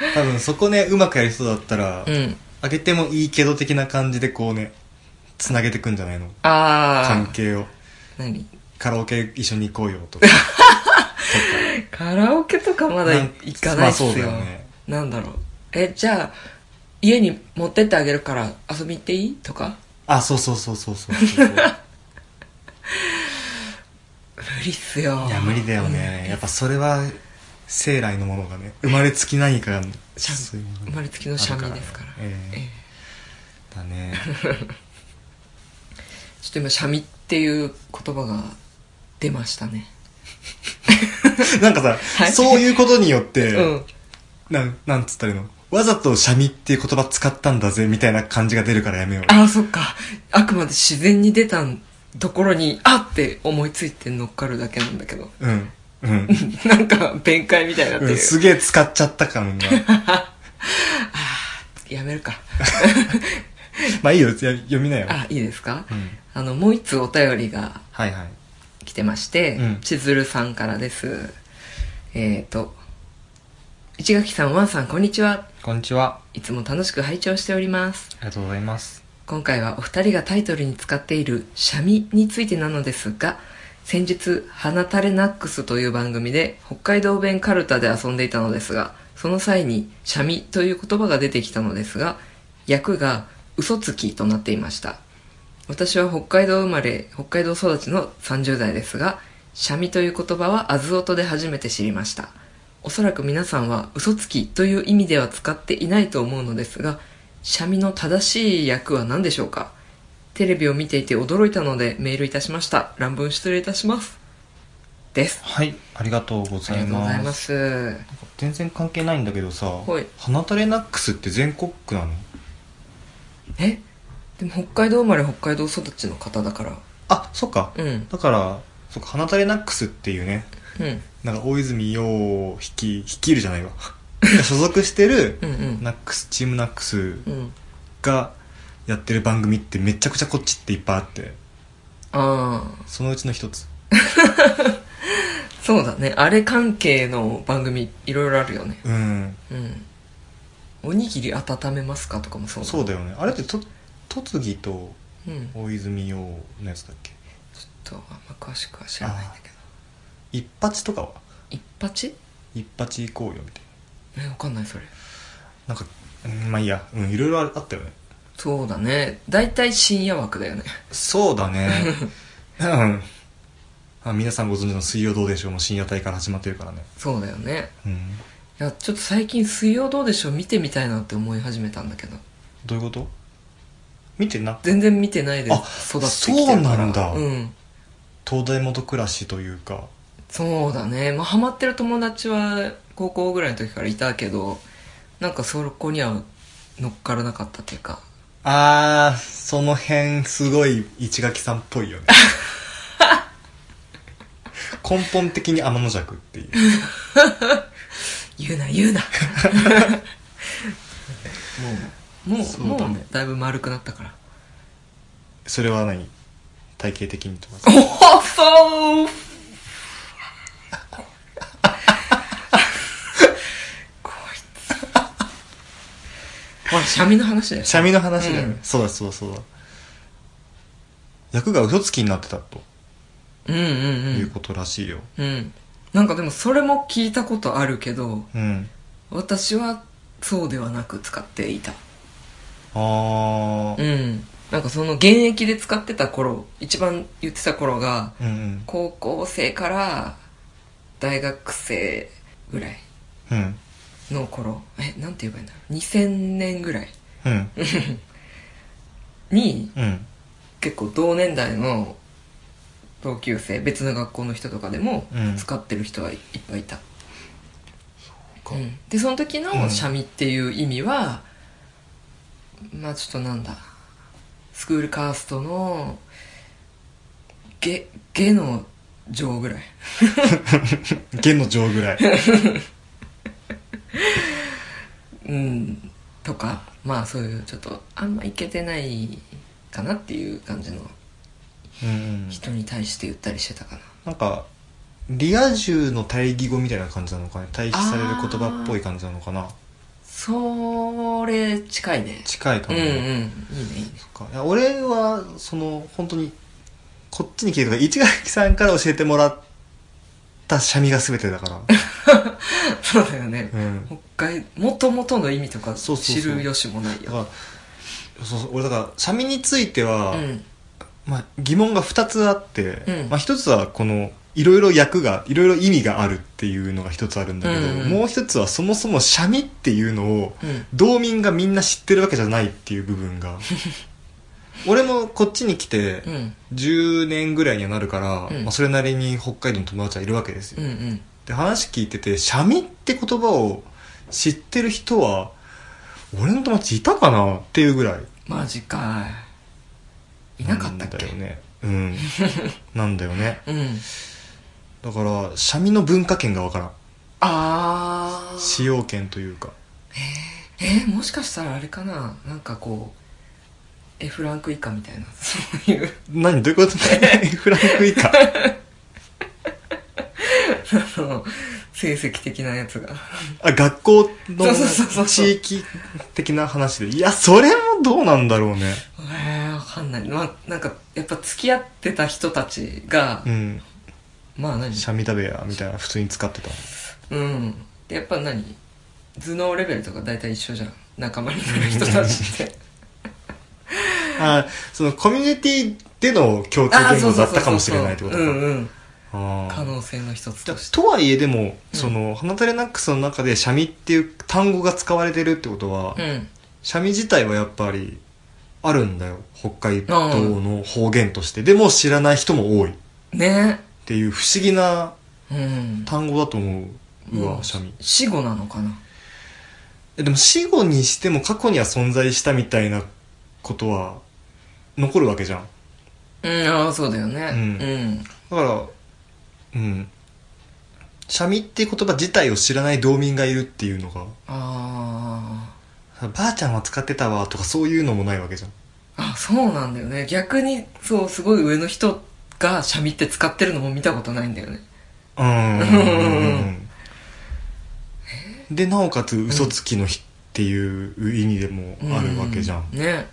Speaker 2: ー多分そこねうまくやりそうだったら、
Speaker 1: うん、
Speaker 2: あげてもいいけど的な感じでこうねつなげてくんじゃないの
Speaker 1: あ
Speaker 2: 関
Speaker 1: あ
Speaker 2: 係を
Speaker 1: 何
Speaker 2: カラオケ一緒に行こうよとか
Speaker 1: カラオケとかまだ
Speaker 2: なん
Speaker 1: 行かないっすよ,、
Speaker 2: まあそうだよね
Speaker 1: なんだろうえじゃあ家に持ってってあげるから遊び行っていいとか
Speaker 2: あそうそうそうそう そうそうい
Speaker 1: 無理っすよ
Speaker 2: や無理だよねやっぱそれは生来のものがね生まれつき何かが
Speaker 1: シャミ
Speaker 2: そういうものが
Speaker 1: 生まれつきのシャミですから
Speaker 2: あるねええ
Speaker 1: え
Speaker 2: だ ね
Speaker 1: ちょっと今シャミっていう言葉が出ましたね
Speaker 2: なんかさ、
Speaker 1: はい
Speaker 2: そういうことによって、
Speaker 1: うん
Speaker 2: なんなんつったらいいのわざとシャミっていう言葉使ったんだぜみたいな感じが出るからやめよう
Speaker 1: ああそっかあくまで自然に出たところにあって思いついて乗っかるだけなんだけど
Speaker 2: うん うん、
Speaker 1: なんか弁解みたいになって
Speaker 2: う
Speaker 1: る、
Speaker 2: ん、すげえ使っちゃった感が
Speaker 1: やめるか
Speaker 2: まあいいよや読みなよ、
Speaker 1: あいいですか、
Speaker 2: うん、
Speaker 1: あのもう一通お便りが
Speaker 2: はいはい
Speaker 1: 来てまして、
Speaker 2: うん
Speaker 1: 千鶴さんからですえっ、と市垣さんワンさんこんにちは
Speaker 2: こんにちはい
Speaker 1: つも楽しく拝聴しております
Speaker 2: ありがとうございます
Speaker 1: 今回はお二人がタイトルに使っている「シャミ」についてなのですが先日「花垂れナックス」という番組で北海道弁カルタで遊んでいたのですがその際に「シャミ」という言葉が出てきたのですが訳が「嘘つき」となっていました私は北海道生まれ北海道育ちの30代ですがシャミという言葉はアズオトで初めて知りましたおそらく皆さんは嘘つきという意味では使っていないと思うのですがシャミの正しい訳は何でしょうかテレビを見ていて驚いたのでメールいたしました乱文失礼いたしますです
Speaker 2: はいありがとうご
Speaker 1: あ
Speaker 2: ざ
Speaker 1: り
Speaker 2: い
Speaker 1: がとうご
Speaker 2: ます
Speaker 1: ざいます
Speaker 2: 全然関係ないんだけどさ、はい花垂れナックスって全国区なの
Speaker 1: えでも北海道生まれ北海道育ちの方だから
Speaker 2: あそっか、
Speaker 1: うん
Speaker 2: だからそっか花垂れナックスっていうね
Speaker 1: うん
Speaker 2: なんか大泉洋率い率いるじゃないわ所属してる
Speaker 1: うんうん
Speaker 2: ナックスチームナックス
Speaker 1: うん
Speaker 2: がやってる番組ってめちゃくちゃこっちっていっぱいあって
Speaker 1: ああ
Speaker 2: そのうちの一つ
Speaker 1: そうだねあれ関係の番組いろいろあるよね
Speaker 2: うん
Speaker 1: うんおにぎり温めますかとかもそうだ
Speaker 2: そうだよねあれってと栃木と
Speaker 1: うん
Speaker 2: 大泉洋のやつだっけ
Speaker 1: ちょっとあんま詳しくは知らないんだけど
Speaker 2: 一発とかは
Speaker 1: 一発
Speaker 2: 一発行こうよみたい
Speaker 1: えわかんないそれ
Speaker 2: ななんかうんまあいいやうんいろいろあったよね
Speaker 1: そうだね大体深夜枠だよね
Speaker 2: そうだ ねうんあ皆さんご存知の「水曜どうでしょう」も深夜帯から始まってるからね
Speaker 1: そうだよね
Speaker 2: うん
Speaker 1: いやちょっと最近「水曜どうでしょう」見てみたいなって思い始めたんだけど
Speaker 2: どういうこと見てな
Speaker 1: 全然見てないで
Speaker 2: あ
Speaker 1: 育ってきてるから
Speaker 2: そうなんだ
Speaker 1: うん
Speaker 2: 東大元暮らしというか
Speaker 1: そうだねまあハマってる友達は高校ぐらいの時からいたけどなんかそこには乗っからなかったっていうか
Speaker 2: あーその辺すごい市垣さんっぽいよね 根本的に天の弱っていう
Speaker 1: 言うな 言うなもうもう
Speaker 2: そうだね
Speaker 1: もうだいぶ丸くなった から
Speaker 2: それは何体型的にとか
Speaker 1: おそう こいつほらシャミの話だよ
Speaker 2: シャミの話だよね、
Speaker 1: うん
Speaker 2: そうだそうだそうだ役が嘘つきになってたと
Speaker 1: うんうん
Speaker 2: いうことらしいよ
Speaker 1: うんうんなんかでもそれも聞いたことあるけど
Speaker 2: うん、
Speaker 1: 私はそうではなく使っていた
Speaker 2: ああ
Speaker 1: うんなんかその現役で使ってた頃一番言ってた頃が
Speaker 2: うんうん
Speaker 1: 高校生から大学生ぐらい
Speaker 2: うん
Speaker 1: の頃えなんて言えばいいんだろう2000年ぐらい
Speaker 2: うん
Speaker 1: に
Speaker 2: うん
Speaker 1: 結構同年代の同級生別の学校の人とかでも
Speaker 2: うん
Speaker 1: 使ってる人はいっぱいいた、うんでその時の「シャミ」っていう意味は、まあちょっとなんだスクールカーストのゲゲの上ぐらい
Speaker 2: 弦の上ぐらい
Speaker 1: うんとかまあそういうちょっとあんまいけてないかなっていう感じの
Speaker 2: うん
Speaker 1: 人に対して言ったりしてたかな、
Speaker 2: なんかリア充の対義語みたいな感じなのかね対比される言葉っぽい感じなのかな
Speaker 1: それ近いね
Speaker 2: 近いか
Speaker 1: うん
Speaker 2: も、
Speaker 1: うんいいねいいね
Speaker 2: そっかいや俺はその本当にこっちに来てから市垣さんから教えてもらったシャミが全てだから
Speaker 1: そうだよね、
Speaker 2: うん
Speaker 1: 北海もともとの意味とか
Speaker 2: そうそうそ
Speaker 1: 知
Speaker 2: う
Speaker 1: る由もない
Speaker 2: だ
Speaker 1: よ
Speaker 2: からそうそう俺だからシャミについては、
Speaker 1: うん
Speaker 2: まあ、疑問が2つあって、
Speaker 1: うん
Speaker 2: まあ、1つはこのいろいろ役がいろいろ意味があるっていうのが1つあるんだけど、
Speaker 1: うんうん
Speaker 2: もう1つはそもそもシャミっていうのを
Speaker 1: うん
Speaker 2: 道民がみんな知ってるわけじゃないっていう部 分が俺もこっちに来て
Speaker 1: うん
Speaker 2: 10年ぐらいにはなるから、
Speaker 1: うん
Speaker 2: まあ、それなりに北海道の友達はいるわけですよ、
Speaker 1: うんうん
Speaker 2: で話聞いてて「シャミ」って言葉を知ってる人は俺の友達いたかなっていうぐらい
Speaker 1: マジかいいなかったっけ
Speaker 2: なんだよねうんなんだよ ね
Speaker 1: うん
Speaker 2: だからシャミの文化圏がわからん
Speaker 1: ああ
Speaker 2: 使用圏というか
Speaker 1: えーもしかしたらあれかななんかこう F ランク以下みたいなそういう
Speaker 2: 何どういうこと フランク以下
Speaker 1: あの成績的なやつが
Speaker 2: あ学校の
Speaker 1: そうそうそうそう
Speaker 2: 地域的な話でいやそれもどうなんだろうね
Speaker 1: えー、わかんないまあなんかやっぱ付き合ってた人たちが、
Speaker 2: うん
Speaker 1: まあ何
Speaker 2: シャミ食べやみたいな普通に使ってた
Speaker 1: うんでやっぱ何頭脳レベルとか大体一緒じゃん仲間になる人たち って
Speaker 2: あそのコミュニティでの共通言語だったかもしれないってことか
Speaker 1: うんうん
Speaker 2: あー
Speaker 1: 可能性の一つ
Speaker 2: じ
Speaker 1: と
Speaker 2: ゃあ
Speaker 1: して
Speaker 2: とはいえでも、
Speaker 1: うん
Speaker 2: その花垂れナックスの中でシャミっていう単語が使われてるってことは、
Speaker 1: うん
Speaker 2: シャミ自体はやっぱりあるんだよ北海道の方言として、でも知らない人も多いっ
Speaker 1: ね
Speaker 2: ていう不思議な
Speaker 1: うん
Speaker 2: 単語だと思ううわ、シャミ
Speaker 1: 死後なのかな
Speaker 2: えでも死後にしても過去には存在したみたいなことは残るわけじゃん
Speaker 1: うんああそうだよね
Speaker 2: うん
Speaker 1: うん
Speaker 2: だからうんシャミっていう言葉自体を知らない道民がいるっていうのが
Speaker 1: あ
Speaker 2: ばあちゃんは使ってたわとかそういうのもないわけじゃん
Speaker 1: ああそうなんだよね逆にそうすごい上の人がシャミって使ってるのも見たことないんだよね
Speaker 2: うん
Speaker 1: うん
Speaker 2: でなおかつ嘘つきの日っていう意味でもあるわけじゃん
Speaker 1: うね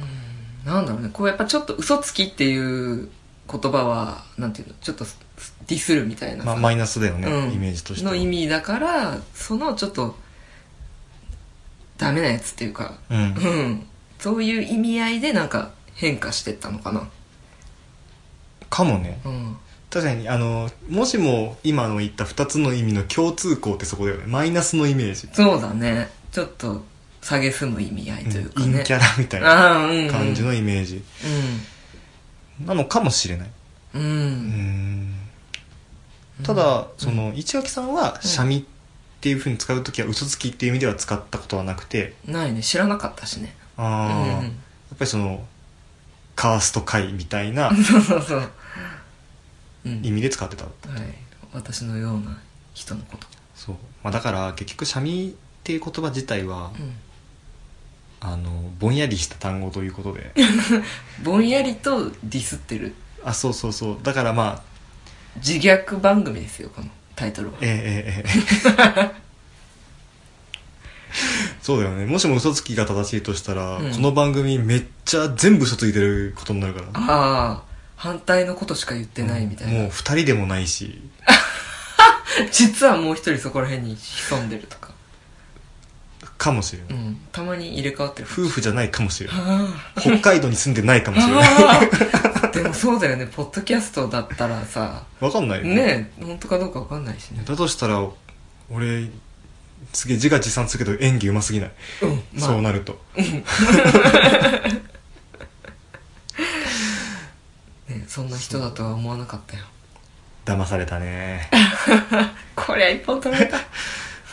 Speaker 1: うんなんだろうねこうやっぱちょっと嘘つきっていう言葉はなんていうのちょっとすディスるみたいなさ
Speaker 2: まあマイナスだよね、
Speaker 1: うん
Speaker 2: イメージとしては
Speaker 1: の意味だからそのちょっとダメなやつっていうか
Speaker 2: うん
Speaker 1: うんそういう意味合いでなんか変化してったのかな
Speaker 2: かもね
Speaker 1: うん
Speaker 2: 確かにあのもしも今の言った2つの意味の共通項ってそこだよねマイナスのイメージ、
Speaker 1: そうだねちょっと下げすむ意味合いというかね、
Speaker 2: 陰キャラみたいな
Speaker 1: ああ、うんうん、
Speaker 2: 感じのイメージなのかもしれない
Speaker 1: うん、う、
Speaker 2: うんんただその市垣さんは「シャミ」っていうふうに使う時は嘘つきっていう意味では使ったことはなくて
Speaker 1: ないね知らなかったしね
Speaker 2: ああ、
Speaker 1: うん
Speaker 2: やっぱりそのカースト界みたいな
Speaker 1: そうそうそう、うん
Speaker 2: 意味で使ってた、
Speaker 1: はい、私のような人のこと、
Speaker 2: そう、まあ、だから結局「シャミ」っていう言葉自体は、
Speaker 1: う
Speaker 2: あのぼんやりした単語というこ とで
Speaker 1: ん、ぼんやりとディスってる
Speaker 2: あそうそうそうだからまあ
Speaker 1: 自虐番組ですよこのタイトルは
Speaker 2: えええええ えそうだよねもしも嘘つきが正しいとしたら、
Speaker 1: うん
Speaker 2: この番組めっちゃ全部嘘ついてることになるから
Speaker 1: ああ反対のことしか言ってないみたいな、
Speaker 2: もう二人でもないし
Speaker 1: 実はもう一人そこら辺に潜んでるとか、
Speaker 2: かもしれない、
Speaker 1: うん、たまに入れ替わってる
Speaker 2: 夫婦じゃないかもしれない
Speaker 1: あ
Speaker 2: 北海道に住んでないかもしれ ない
Speaker 1: あでもそうだよねポッドキャストだったらさ
Speaker 2: わかんないよ
Speaker 1: ねえ本当かどうかわかんないしね
Speaker 2: だとしたら俺すげえ自画自賛するけど演技うますぎない、
Speaker 1: うんま
Speaker 2: そう
Speaker 1: あ
Speaker 2: なると
Speaker 1: ねそんな人だとは思わなかったよ
Speaker 2: 騙されたね、
Speaker 1: こりゃ一本取られた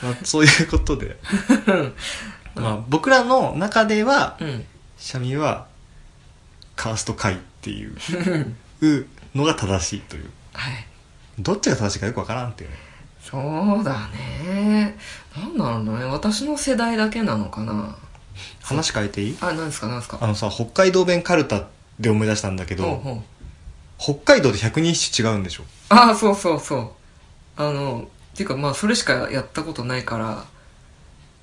Speaker 2: まあ、そういうこ とで、まあ、僕らの中では
Speaker 1: うん
Speaker 2: シャミはカースト界っていううのが正しいという
Speaker 1: はい
Speaker 2: どっちが正しいかよくわからんっていうね
Speaker 1: そうだねなんだろうね私の世代だけなのかな
Speaker 2: 話変えていい
Speaker 1: あなんですかなんですか
Speaker 2: あのさ北海道弁カルタで思い出したんだけど、
Speaker 1: ほうほう
Speaker 2: 北海道で百人一首違うんでしょ
Speaker 1: ああそうそうそうあのっていうかまあそれしかやったことないから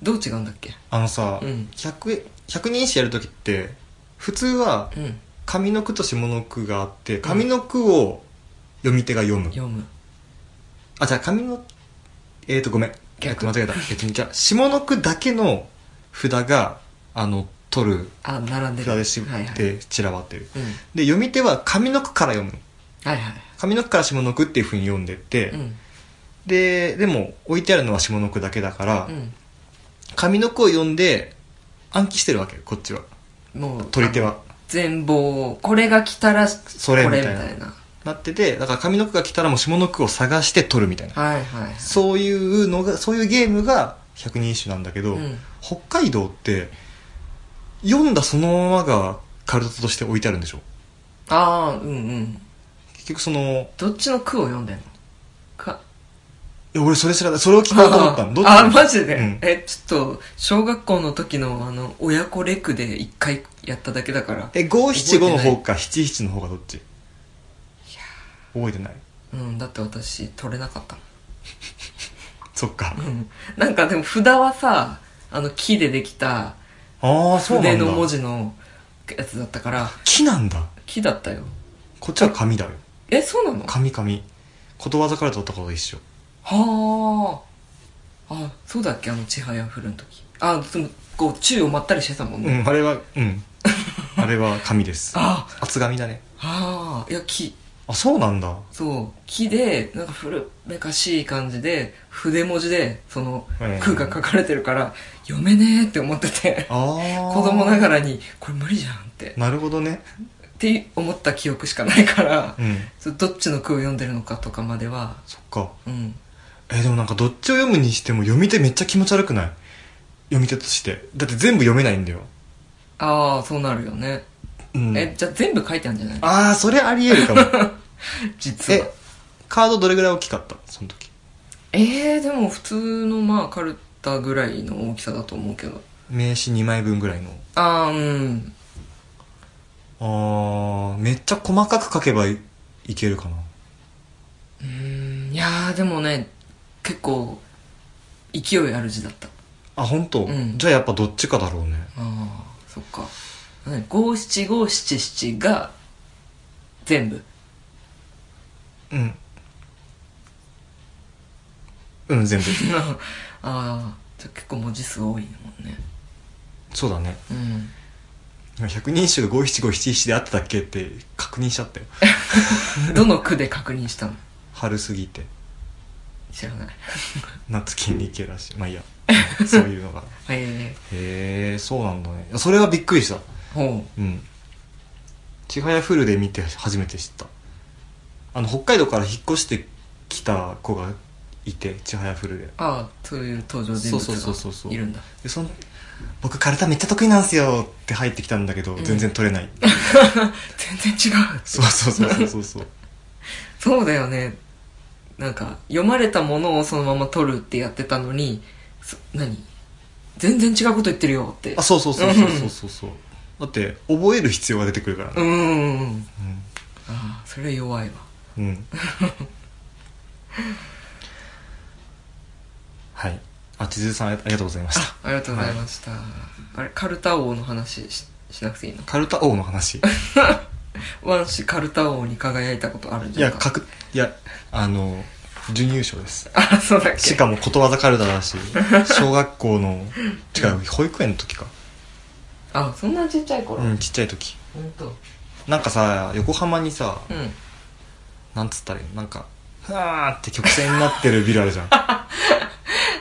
Speaker 1: どう違うんだっけ
Speaker 2: あのさ、
Speaker 1: うん
Speaker 2: 百百人一首やる時って普通は
Speaker 1: うん
Speaker 2: 上の句と下の句があって上の句を読み手が読む、
Speaker 1: 読む
Speaker 2: あじゃあ上のえーとごめんえっ
Speaker 1: 逆
Speaker 2: と間違えたえっとじゃあ下の句だけの札があの取る
Speaker 1: あ並んでる
Speaker 2: 札でし、
Speaker 1: はいはい、
Speaker 2: で散らばってる
Speaker 1: うん、はい
Speaker 2: で読み手は上の句から読むの
Speaker 1: はい
Speaker 2: 上の句から下の句っていうふうに読んでって、
Speaker 1: うん
Speaker 2: ででも置いてあるのは下の句だけだから、
Speaker 1: うん
Speaker 2: 上の句を読んで暗記してるわけよこっちは
Speaker 1: もう
Speaker 2: 取り手
Speaker 1: は
Speaker 2: は
Speaker 1: 全貌これが来たらそ
Speaker 2: れ
Speaker 1: これみ
Speaker 2: みたいな
Speaker 1: たいな
Speaker 2: なっててだから上の句が来たらもう下の句を探して取るみたいな
Speaker 1: はいはい
Speaker 2: そういうのがそういうゲームが百人一首なんだけど、
Speaker 1: うん
Speaker 2: 北海道って読んだそのままがカルタとして置いてあるんでしょ
Speaker 1: ああうんうん
Speaker 2: 結局その
Speaker 1: どっちの句を読んでんのか
Speaker 2: いや俺それ知らないそれを聞こうと思ったのどっち
Speaker 1: あーあーマジで、
Speaker 2: うん
Speaker 1: えちょっと小学校の時のあの親子レクで一回やっただけだから
Speaker 2: え五七五の方か七七の方がどっち覚えてない
Speaker 1: うんだって私取れなかったもん
Speaker 2: そっか、
Speaker 1: なんかでも札はさあの木でできた
Speaker 2: ああそうな
Speaker 1: 筆
Speaker 2: んだ
Speaker 1: の文字のやつだったから
Speaker 2: 木なんだ
Speaker 1: 木だったよ
Speaker 2: こっちは紙だよ
Speaker 1: えそうなのは
Speaker 2: 紙紙ことわざから取ったこと一緒
Speaker 1: ああそうだっけあのちはやふるの時あでもこう宙を舞ったりしてたもんね、
Speaker 2: うんあれはうんあれは紙です
Speaker 1: あ
Speaker 2: 厚紙だね
Speaker 1: ああいや木
Speaker 2: あそうなんだ
Speaker 1: そう木でなんか古めかしい感じで筆文字でその
Speaker 2: うん
Speaker 1: 空が書かれてるから読めねえって思ってて
Speaker 2: ああ
Speaker 1: 子供ながらにこれ無理じゃんって
Speaker 2: なるほどね
Speaker 1: って思った記憶しかないから
Speaker 2: うん
Speaker 1: そうどっちの句を読んでるのかとかまでは
Speaker 2: そっか
Speaker 1: うん
Speaker 2: えーでもなんかどっちを読むにしても読み手めっちゃ気持ち悪くない読み手としてだって全部読めないんだよ
Speaker 1: ああそうなるよね、
Speaker 2: うん
Speaker 1: えじゃあ全部書いてあるんじゃない
Speaker 2: ああそれありえるか も
Speaker 1: 実
Speaker 2: え
Speaker 1: は
Speaker 2: カードどれぐらい大きかったその時
Speaker 1: えー、でも普通のまあカルタぐらいの大きさだと思うけど
Speaker 2: 名刺2枚分ぐらいの
Speaker 1: ああうん
Speaker 2: ああめっちゃ細かく書けばいいけるかな
Speaker 1: うーんいやーでもね結構勢いある字だった
Speaker 2: あ本当、
Speaker 1: うん
Speaker 2: じゃあやっぱどっちかだろうね
Speaker 1: ああそっか五七五七七が全部
Speaker 2: うんう ん全部
Speaker 1: ああじゃあ結構文字数多いもんね
Speaker 2: そうだね
Speaker 1: うん
Speaker 2: 今百人一首が五七五七七で合ってたっけって確認しちゃったよ
Speaker 1: どの区で確認したの
Speaker 2: 春過ぎて
Speaker 1: 知らない
Speaker 2: 夏金に行けらしいまあいいやそういうのが
Speaker 1: え
Speaker 2: へえそうなんだねいやそれはびっくりした
Speaker 1: ー、ほ
Speaker 2: うんちはやフルで見て初めて知ったあの北海道から引っ越してきた子がいてちはやフルで
Speaker 1: うああそういう登場人
Speaker 2: そうそうそう
Speaker 1: 物
Speaker 2: そ
Speaker 1: が
Speaker 2: う
Speaker 1: いるんだ
Speaker 2: でその僕カルタめっちゃ得意なんすよって入ってきたんだけど、
Speaker 1: うん
Speaker 2: 全然取れない
Speaker 1: 全然違う
Speaker 2: そうそうそうそうそう そう
Speaker 1: そうだよねなんか読まれたものをそのまま取るってやってたのにそ何全然違うこと言ってるよって
Speaker 2: あそうそうそうそうそうそうそうだって覚える必要が出てくるから
Speaker 1: う
Speaker 2: ね
Speaker 1: んうんうんうんああそれ弱いわ
Speaker 2: うん、うんはいあ千鶴さんありありがとうございました
Speaker 1: ありがとうございました、あれカルタ王の話ししなくていいの
Speaker 2: カルタ王 の話
Speaker 1: ワン氏カルタ王に輝いたことあるん
Speaker 2: い
Speaker 1: じゃ
Speaker 2: や、
Speaker 1: ない
Speaker 2: かく、いや、あの、準優勝です。
Speaker 1: あそうだっ
Speaker 2: し
Speaker 1: け
Speaker 2: かもことわざカルタだし、小学校の、違う、保育園の時か。
Speaker 1: あそんなちっちゃい頃
Speaker 2: うん、ちっちゃい時。
Speaker 1: ほんと
Speaker 2: なんかさ、横浜にさ、
Speaker 1: うん
Speaker 2: なんつったらいいのなんか、ふわーって曲線になってるビルある じゃん。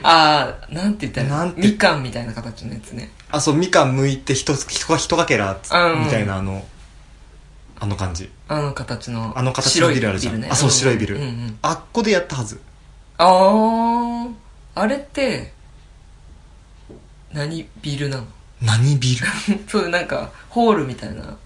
Speaker 1: ああなんて言った
Speaker 2: な
Speaker 1: ら
Speaker 2: んて
Speaker 1: みかんみたいな形のやつね
Speaker 2: あ、そう、みかん剥いて、ひと、ひとひとかけら、つ
Speaker 1: うん
Speaker 2: みたいな、あの、あの感じ。
Speaker 1: あの形の
Speaker 2: あの形のビルあるじゃ
Speaker 1: 白いビル
Speaker 2: ん
Speaker 1: ね
Speaker 2: あそうん白いビル
Speaker 1: うんうん
Speaker 2: あっこでやったはず。
Speaker 1: あああれって何ビルなの
Speaker 2: 何ビル
Speaker 1: そうなんかホールみたいな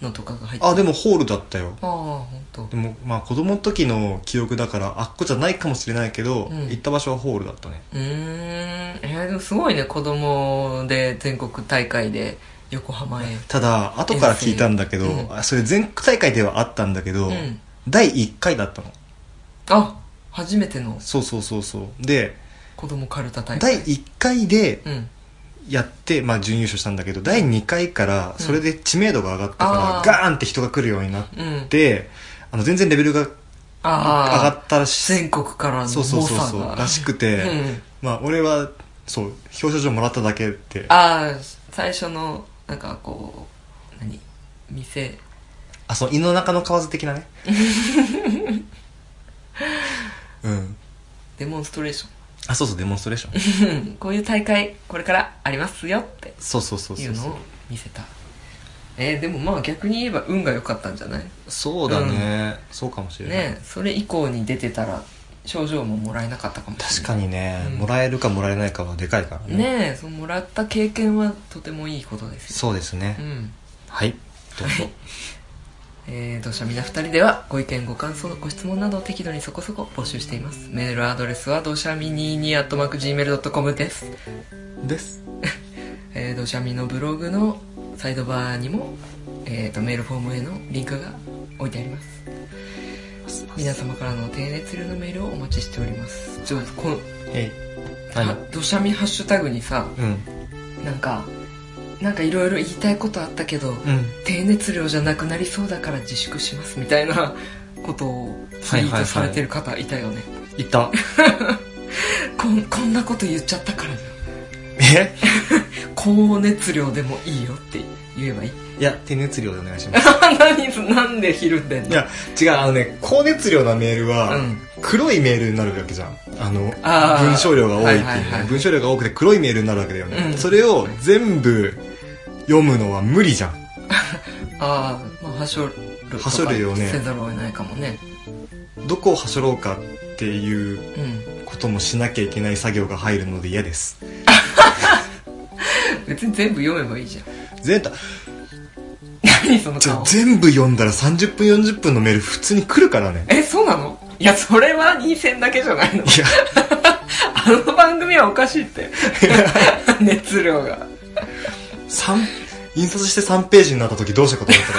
Speaker 1: のとかが入って
Speaker 2: あでもホールだったよ
Speaker 1: ああ本当
Speaker 2: でもまあ子供の時の記憶だからあっこじゃないかもしれないけど、
Speaker 1: うん
Speaker 2: 行った場所はホールだったね
Speaker 1: うーんえー、でもすごいね子供で全国大会で横浜へ
Speaker 2: ただ後から聞いたんだけど、
Speaker 1: うん
Speaker 2: あそれ全国大会ではあったんだけど、
Speaker 1: うん
Speaker 2: 第1回だったの
Speaker 1: あ初めての
Speaker 2: そうそうそうそうで
Speaker 1: 子供カルタ大会
Speaker 2: 第1回で
Speaker 1: うん
Speaker 2: やって、まあ、準優勝したんだけど第2回からそれで知名度が上がった
Speaker 1: あー
Speaker 2: から、ガーンって人が来るようになっ
Speaker 1: うん
Speaker 2: てあの全然レベルが上が
Speaker 1: ああ
Speaker 2: ったらし
Speaker 1: 全国からの猛
Speaker 2: そう
Speaker 1: 者
Speaker 2: そう
Speaker 1: が
Speaker 2: そうそうらしくて、
Speaker 1: うん
Speaker 2: まあ俺はそう表彰状もらっただけってあ
Speaker 1: ああ最初のなんかこう何店
Speaker 2: そう胃の中の蛙 的なねうん
Speaker 1: デモンストレーシ
Speaker 2: あそうそうデモンストレーション
Speaker 1: ョンこういう大会これからありますよって
Speaker 2: そうそうそう
Speaker 1: い
Speaker 2: そううそ
Speaker 1: の
Speaker 2: う
Speaker 1: を見せたえーでもまあ逆に言えば運が良かったんじゃない
Speaker 2: そうだね、そうかもしれない、
Speaker 1: ねそれ以降に出てたら賞状ももらえなかったかもしれ
Speaker 2: 確か
Speaker 1: ない
Speaker 2: にね、
Speaker 1: うん
Speaker 2: もらえるかもらえないかはでかいからね
Speaker 1: ねえそのもらった経験はとてもいいことですよ
Speaker 2: そうですね、
Speaker 1: うん
Speaker 2: はいどうぞ
Speaker 1: えー、どうしゃみな2人ではご意見ご感想ご質問などを適度にそこそこ募集していますメールアドレスはどしゃみ22 at macgmail.com です、
Speaker 2: です
Speaker 1: えー、どしゃみのブログのサイドバーにも、えー、とメールフォームへのリンクが置いてあります 皆様からの低熱量のメールをお待ちしておりますちょこの
Speaker 2: えい
Speaker 1: あどしゃみハッシュタグにさ
Speaker 2: うん
Speaker 1: なんかなんかいろいろ言いたいことあったけど、
Speaker 2: うん
Speaker 1: 低熱量じゃなくなりそうだから自粛しますみたいな ことをツイートされてる方いたよね、
Speaker 2: い た
Speaker 1: こんこんなこと言っちゃったからじゃ
Speaker 2: え
Speaker 1: ん高熱量でもいいよって言えばいい
Speaker 2: いや手熱量でお願いします
Speaker 1: 何なんでひるんでん
Speaker 2: い
Speaker 1: の
Speaker 2: や違うあのね高熱量なメールは、
Speaker 1: うん
Speaker 2: 黒いメールになるわけじゃんあの
Speaker 1: あー
Speaker 2: 文章量が多いっていうね、
Speaker 1: はいはいはい
Speaker 2: 文章量が多くて黒いメールになるわけだよね、
Speaker 1: うん
Speaker 2: それを全部読むのは無理じゃん
Speaker 1: ああまあはしょるとか
Speaker 2: はしょるよね
Speaker 1: せざるを得ないかもね
Speaker 2: どこをはしょろうかっていう
Speaker 1: うん
Speaker 2: こともしなきゃいけない作業が入るので嫌です
Speaker 1: 別に全部読めばいいじゃん
Speaker 2: 全体
Speaker 1: 何その
Speaker 2: ちょ
Speaker 1: 顔
Speaker 2: 全部読んだら30分40分のメール普通に来るからね
Speaker 1: えそうなのいやそれは2戦だけじゃないの
Speaker 2: いや
Speaker 1: あの番組はおかしいって 熱量が
Speaker 2: 三印刷して3ページになった時どうしたかと思った ら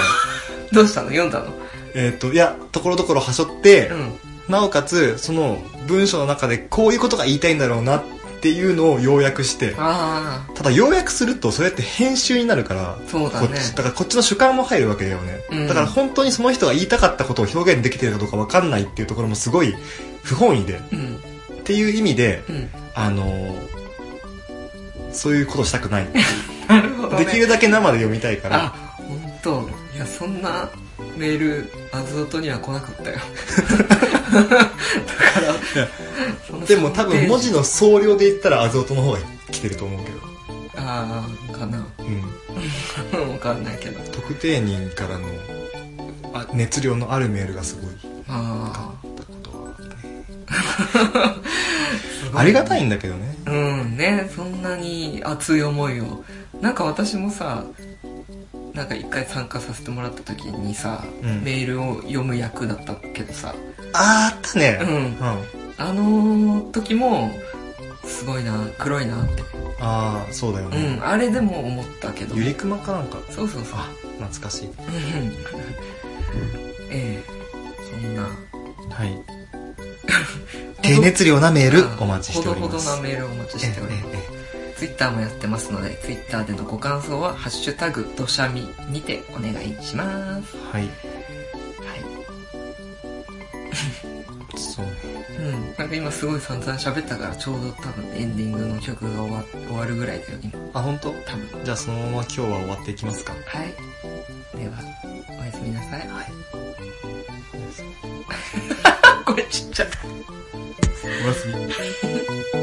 Speaker 1: どうしたの読んだの
Speaker 2: えっといやところどころはしょって、
Speaker 1: うん
Speaker 2: なおかつその文章の中でこういうことが言いたいんだろうなっていうのを要約して
Speaker 1: あ
Speaker 2: ただ要約するとそれって編集になるから
Speaker 1: そうだね
Speaker 2: こっちだからこっちの主観も入るわけだよね、
Speaker 1: うん
Speaker 2: だから本当にその人が言いたかったことを表現できてるかどうか分かんないっていうところもすごい不本意で
Speaker 1: あうん
Speaker 2: っていう意味で
Speaker 1: うん
Speaker 2: あのーそういうことしたくない、
Speaker 1: なるほど、ね、
Speaker 2: できるだけ生で読みたいから
Speaker 1: あ本当いやそんなメールあずっとには来なか ったよ
Speaker 2: いや
Speaker 1: だから
Speaker 2: でも多分文字の総量で言ったらアゾートの方が来てると思うけど
Speaker 1: ああかな
Speaker 2: うん
Speaker 1: わかんないけど
Speaker 2: 特定人からのあ熱量のあるメールがすごい
Speaker 1: あ
Speaker 2: だったことは
Speaker 1: あすご
Speaker 2: ありがた
Speaker 1: い
Speaker 2: いんだけどね
Speaker 1: うんねそんなに熱い思いをなんか私もさなんか一回参加させてもらった時にさ、
Speaker 2: うん
Speaker 1: メールを読む役だったけどさ
Speaker 2: あーあったね
Speaker 1: う、ん
Speaker 2: うん、あ
Speaker 1: あの時も、すごいな、黒いなって。
Speaker 2: あーそうだよ
Speaker 1: う
Speaker 2: ね、
Speaker 1: ん、あれでも思ったけど。
Speaker 2: ゆりくまかなんか
Speaker 1: そうそうそう。
Speaker 2: あ懐かしい
Speaker 1: うんええそんな。
Speaker 2: はい低熱量なメールお待ちしております
Speaker 1: ほどほどなメールをお待ちしております。
Speaker 2: えええ
Speaker 1: ツイッターもやってますので、ツイッターでのご感想は、ハッシュタグ、どしゃみにてお願いします。
Speaker 2: えはい
Speaker 1: は
Speaker 2: そうね
Speaker 1: い。うん。なんか今すごい散々喋ったから、ちょうど多分エンディングの曲が終わ終わるぐらいだよ、今。
Speaker 2: あ本当
Speaker 1: 多分。
Speaker 2: じゃあそのまま今日は終わっていきますか
Speaker 1: はい。では、おやすみなさい。
Speaker 2: はい
Speaker 1: これちっちゃい。
Speaker 2: おやすみ